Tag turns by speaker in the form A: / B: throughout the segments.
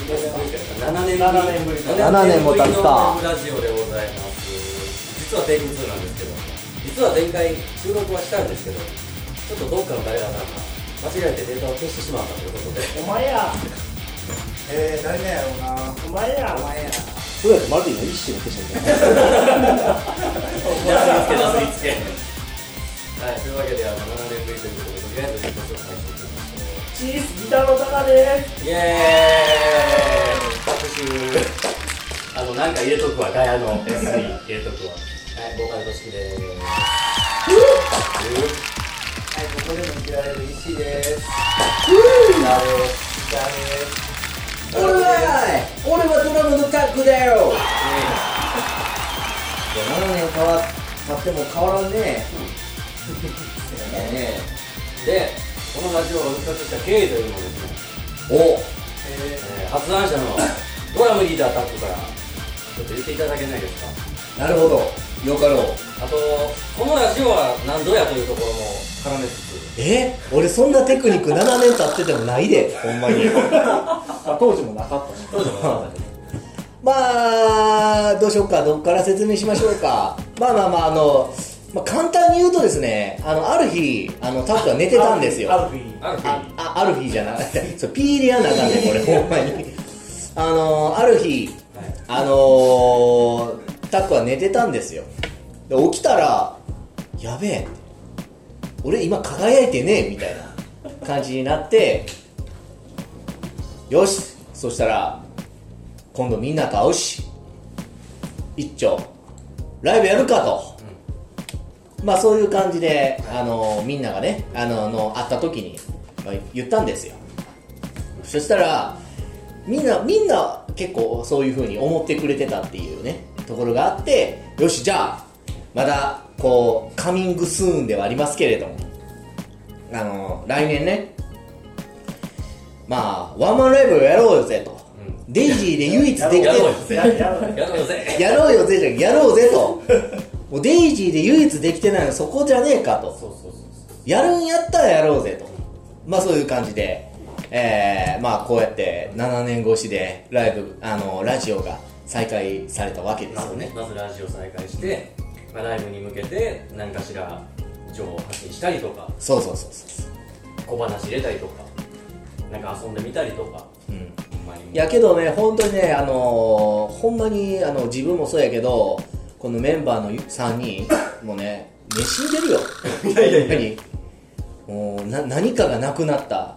A: 7
B: 7年ぶり7年ぶりの
C: 7年ぶりか
A: 年も経った
B: ホームラジオでございます実はテイク2なんですけど実は前回収録はしたんですけどちょっとどっかの誰かさんが間違えてデータを消してしまったということで
C: お前や
D: えー、誰だやろうな。
C: お前や
D: お前や。
A: そうやとマルティの一種の消しみたいな
B: なすりつけなすりつけはいというわけであの7年ぶりということでとりあえず自己紹介していきましょう
C: チーズギターの高です
B: イエーイ拍手あの、なんか入れとくわ、ガヤの S に入れとくわはい、ボーカルとしきでーす
D: はい、ここでも生きられる石井です。ダメです。
B: 俺は俺はドラムのタックだよ
A: 7年変わっても変わらんね ね
B: で、このラジオを復活した経緯というのをですね
A: お
D: え
B: えー発案者のドラムリーダータックからちょっと言っていただけないですか
A: なるほどよかろう
B: あと、このラジオは何ぞやというところも絡めつつ
A: え俺そんなテクニック7年経っててもないでほんまに
C: あ 当時もなかったね
B: どうでもよかったです
A: まあどうしようかどっから説明しましょうかまあまあまああの、まあ、簡単に言うとですねあのある日あのタックが寝てたんですよ
C: アルフィー
B: ある日
A: ああある日じゃな くてそうピー入れやなあかんねこれほんまにあのーある日
B: はい
A: あのー、タックは寝てたんですよで起きたらやべえ俺今輝いてねえみたいな感じになってよしそしたら今度みんなと会うし一丁ライブやるかと、まあそういう感じで、あのみんながねあのの会った時にまあ言ったんですよそしたらみんなみんな結構そういう風に思ってくれてたっていうねところがあってよしじゃあまだこうカミングスーンではありますけれどもあの来年ねまあワンマンライブをやろうよぜと、デイジーで唯一できて
B: やろう
A: る
B: よ
C: ややろう
B: やろうぜ
A: やろうよぜじゃんやろうぜともうデイジーで唯一できてないのそこじゃねえかと
B: そうそうそう
A: やるんやったらやろうぜとまあそういう感じでえー、まあこうやって7年越しでライブあのラジオが再開されたわけです
B: ま
A: よ
B: ずね
A: ね、
B: まずラジオ再開して、まあ、ライブに向けて何かしら情報発信したりとか
A: そうそうそうそ
B: 小話入れたりとかなんか遊んでみたりとか
A: ううん
B: ほんまに
A: いやけどね本当にねあのー、ほんまにあの自分もそうやけどこのメンバーの3人もね寝死んでるよ いやいやいやもうな何かがなくなった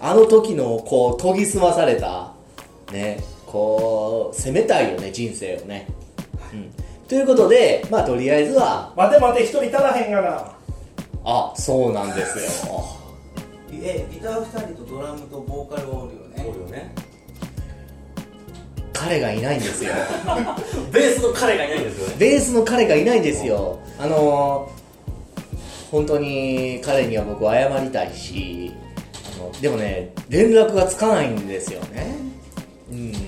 A: あの時のこう研ぎ澄まされたねこう攻めたいよね人生をね、うん、ということでまあとりあえずは
C: 待て待て一人足らへんがな
A: あそうなんですよ
D: ー、えギター2人とドラムとボーカルおるよ
B: お
D: ね。
B: るよね
A: 彼がいないんですよ
B: ベースの彼がいないんですよね
A: ベースの彼がいないんですよ。あのー、本当に彼には僕は謝りたいし、あのでもね、連絡がつかないんですよね。うん。
B: だ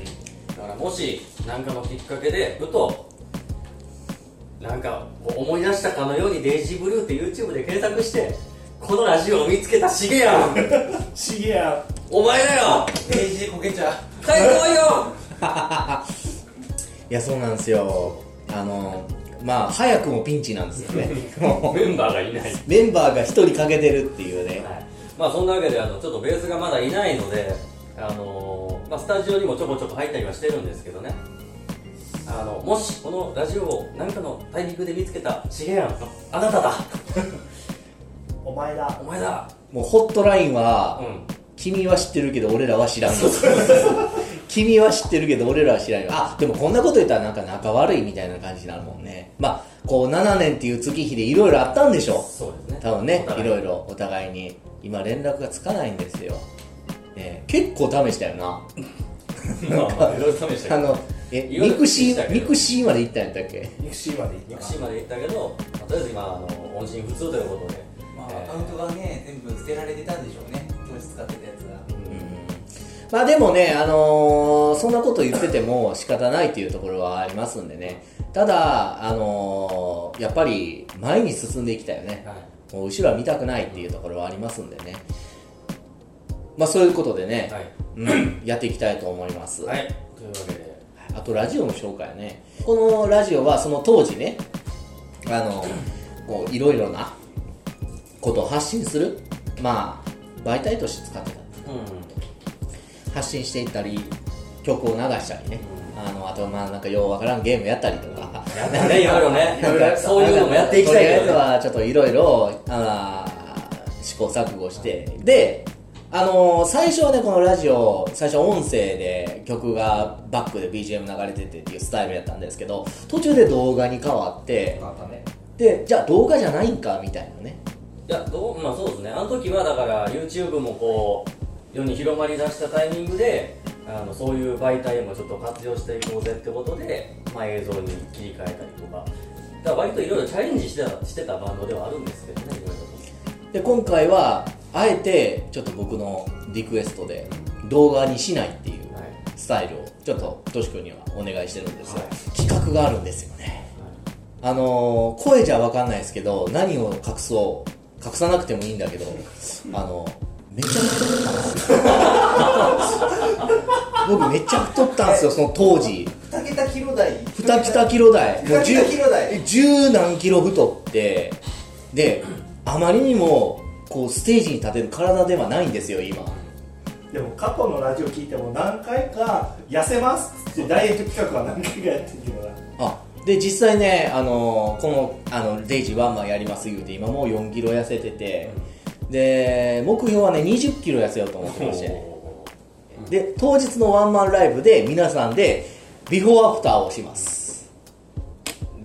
B: からもし何かのきっかけでふとなんかこう思い出したかのように「デイジーブルー」って YouTube で検索してこのラジオを見つけたしげやん
C: シゲや
B: お前だよ
D: デイジーこけちゃう。
B: 帰ってこいよ
A: いや、そうなんですよ。あのー、まあ、早くもピンチなんですよね。 も
B: メンバーがいないう
A: メンバーが一人欠けてるっていうね。
B: はい、まあそんなわけであのちょっとベースがまだいないので、あのーまあ、スタジオにもちょこちょこ入ったりはしてるんですけどねあのもしこのラジオを何かのタイミングで見つけたしげやんあなただ
C: お前だ
B: お前だ
A: もう、ホットラインは、
B: うん
A: 君は知ってるけど俺らは知らんよ君は知ってるけど俺らは知らんよあでもこんなこと言ったらなんか仲悪いみたいな感じになるもんねまあこう7年っていう月日でいろいろあったんでしょ
B: そうですね
A: 多分ね
B: お互
A: いろいろお互いに今連絡がつかないんですよ、ねえ、結構試したよな
B: まあいろいろ試した
A: あ
B: けど
A: のえ
B: いろい
A: ミ
B: ろ
A: クシ
B: 試した
A: ー
B: けど
A: ミクシーまで行ったんやったっけ
C: 肉親まで行
B: ミク
C: った
B: シーまで行ったけど、まあとりあえず今あの音信不通ということで、
D: まあ、
B: えー
D: アカウントがね、全部捨てられてたんでしょうね。当時使ってたやつが。
A: まあでもね、あのーそんなこと言ってても仕方ないっていうところはありますんでね。ただ、あのーやっぱり前に進んでいきたいよね。
B: はい
A: もう後ろは見たくないっていうところはありますんでね。まあそういうことでね、
B: はい
A: うん、やっていきたいと思います、
B: はいというわけで
A: あとラジオの紹介ねこのラジオはその当時ねあのこういろいろなことを発信するまあ媒体として使ってた
B: う
A: 発信していったり曲を流したりね
B: う
A: あのあとまあなんかようわからんゲームやったりとか
B: んやったねいろいろねそういうのもやっていきたい
A: とりあえ
B: け
A: ず
B: どね
A: はちょっといろいろあー試行錯誤して、であのー最初はねこのラジオ最初音声で曲がバックで BGM 流れててっていうスタイルやったんですけど途中で動画に変わって
D: あったね
A: でじゃあ動画じゃないんかみたいなね
B: いやどうまあそうですねあの時はだから YouTube もこう世に広まりだしたタイミングであのそういう媒体もちょっと活用していこうぜってことで、まあ、映像に切り替えたりとかだから割といろいろチャレンジしてたしてたバンドではあるんですけどねいろいろ
A: で今回はあえてちょっと僕のリクエストで動画にしないっていう
B: とはい
A: スタイルをちょっとトシ君にはお願いしてるんですよ、
B: はい
A: 企画があるんですよねあのー声じゃ分かんないですけど何を隠そう隠さなくてもいいんだけどあのめちゃくちゃ太ったんですよ僕めちゃ太ったんですよその当時
D: 二桁キロ台
A: 二桁キロ台もう十
D: 二桁キロ台
A: 十何キロ太ってであまりにもこうステージに立てる体ではないんですよ今
C: でも過去のラジオ聞いても何回か痩せますってダイエット企画は何回かやってるけどな
A: あで実際ね、あのこのあのレイジワンマンやります言うて今もう4キロ痩せてて、で目標はね2 0キロ痩せようと思ってまして、ね、で当日のワンマンライブで皆さんでビフォーアフターをします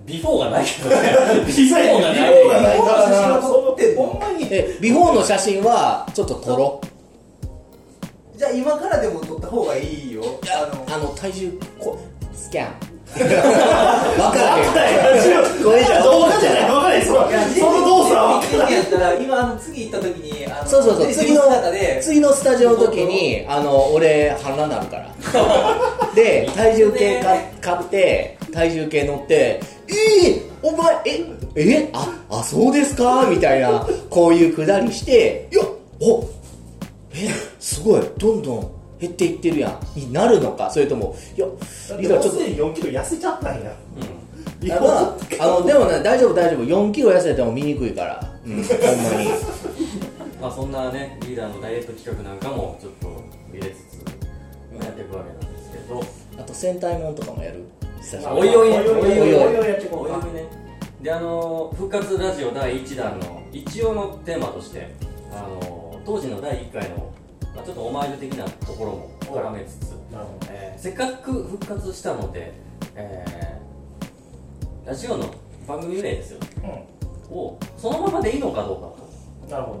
B: ビフォーがないけどねビフォーがない
C: ビフォーがない
D: 写真を撮ってほんまに
A: でビフォーの写真はちょっと撮ろう
D: じゃあ今からでも撮った方がいいよあの
A: あの体重こス キャン分からへんこれじゃ
C: 動
A: どう
C: 画じゃない分かんないその
D: いや
C: その動作は分かんない
D: やったら今あの次行った時にあの
A: そうそうそう
D: テレ
A: 次
D: ビ
A: の
D: 中で
A: 次のスタジオの時にあの俺腹なるから で体重計か買って体重計乗って「えー、お前ええああそうですか?」みたいなこういうくだりして「いやおえすごいどんどん減っていってるやん」になるのかそれとも「いやリーダーちょっと
C: す」でに4キロ痩せちゃったんやビフォ
A: あ
C: ー
A: まあ、あのでもね大丈夫大丈夫4キロ痩せても見にくいから、うん、ほんまに。
B: まあそんなねリーダーのダイエット企画なんかもちょっと見れつつやっていくわけなんですけど
A: あと戦隊もんとかもやる久しぶ
B: お
A: り
B: いおい
C: おいおいおいおいおいやっていこ
B: お
C: うか
B: 呼びねであの復活ラジオ第1弾の一応のテーマとしてあの当時の第1回の、まあ、ちょっとオマージュ的なところも絡めつつ、
C: なるほ
B: えーせっかく復活したので、えーラジオの番組名ですよ
C: ど
B: をそのままでいいのかどうかと
C: うんなるほど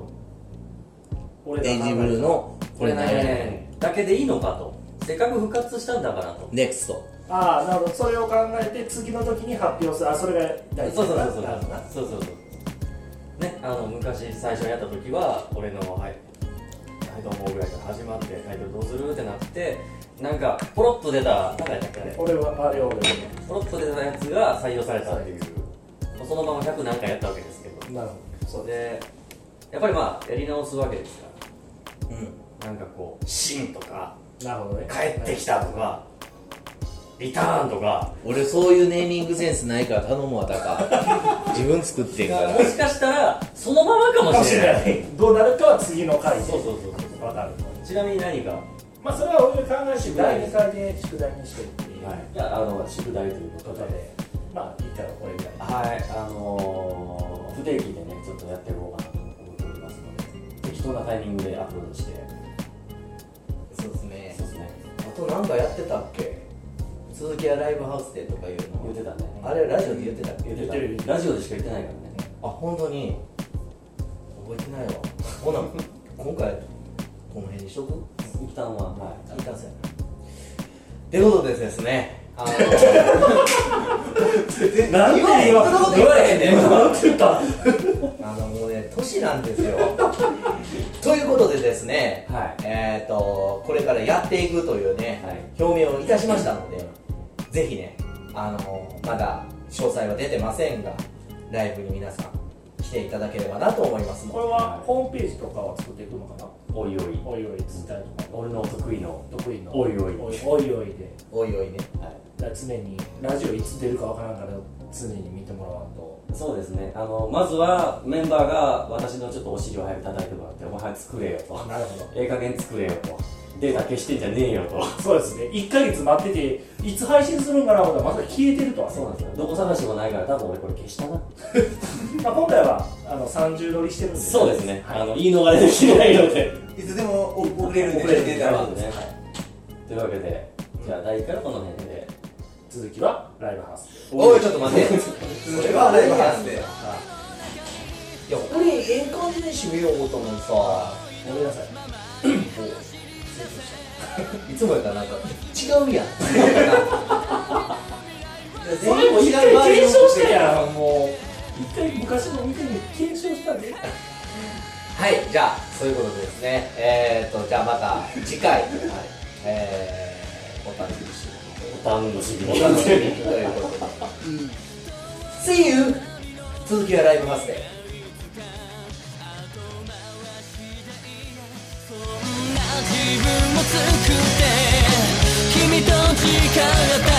C: 俺
A: エイジブルーのこれ何やね
B: だけでいいのかとせっかく復活したんだからと
A: んネクスト
C: ああなるほどそれを考えて次の時に発表するあそれが大事
B: そうそうそうそう
C: なるほどな
B: そうそうそうねあの昔最初やった時は俺の「はい、はい、どうも」ぐらいから始まってタイトルどうするってなってなんかポロッと出たなんかやったっけあれ
C: 俺はあれを俺は
B: ポロッと出たやつが採用されたっていうそのまま100何回やったわけですけど
C: なるほどそう
B: でやっぱりまあやり直すわけですか
A: うん
B: らなんかこう「シン」とか
C: なるほど
B: 「
C: ね
B: 帰ってきた」とか「リターン」とか
A: 俺そういうネーミングセンスないから頼むわだ か自分作ってんから
B: もしかしたらそのままか
C: か
B: も
C: も
B: し
C: し
B: れ
C: れ
B: な
C: ないいどうなるかは次の回で
B: そうそうそうそう
C: わかる
B: ちなみに何が
C: まあそれは俺が考えて第2回で宿題にしてるっていう
B: はい、いやあの宿題というこ
C: ことと
B: で、
C: でまあいいからこれぐら
B: は
C: い
B: い、あのー不定期でね、ちょっとやっていこうかなと思っておりますので、適当なタイミングでアップロードして、
A: そうですね
B: そうですね、
A: あとなんかやってたっけ続きはライブハウスでとかいう
B: 言ってたね、
A: あれラジオで言ってたっ
B: 言ってた
C: 言ってる言ってる
B: ラジオでしか言ってないからね、
A: あ本当に覚えてないわほな今回この辺にしとく
B: 一旦は、はい、
A: 聞いたんすよってことでですねあの
C: なんで
A: 言わ
C: 今
A: 言われへんね
C: なんて言った
A: あのもうね、年なんですよ。ということでですね、
B: はい
A: えっ、と、これからやっていくというね、
B: はい
A: 表明をいたしましたので、ぜひね、あのまだ詳細は出てませんが、ライブに皆さん来来ていただければなと思います
C: これはホームページとかは作っていくのかな
B: おいおい
C: おいおい伝えとか
B: 俺の得意の
C: 得意の
B: おいおい
C: おいおいおいで
A: おいおいね
B: はい
C: だから常にラジオいつ出るかわからんから常に見てもらわんと
B: そうですねあのまずはメンバーが私のちょっとお尻を早く叩いてもらってお前早く作れよと
C: なるほど
B: ええ加減作れよとデータ消してんじゃねえよと
C: そうですね1か月待ってていつ配信するんかなと思ったらまた消えてるとは
B: そうなんですよどこ探しもないから多分俺これ消したな
C: まあ、今回はあの30撮りしてるんで
B: そうですね、あの言い逃れできないので
D: いつでも遅れるんで
B: 遅れるんで
D: データは
B: 大丈夫ですねというわけでじゃあ第1回はこの辺で
C: 続きはライブハウスで
A: おいちょっと待って
D: それはライブハウスで
A: いやこれええ感じで締めようと思うさ
C: ごめんなさい
A: いつもやったらなんか違うやん
C: それも一回検証したやんもう一回昔の見てに検証したで
A: はい、じゃあ、そういうことでですね。えーと、じゃあまた次回、はい、えー、お楽しみに。
B: ボタンの尻
A: お
B: 尾
A: 楽しみにということで。See you! 続きはライブハウスで。
E: 自分を作って君と力だ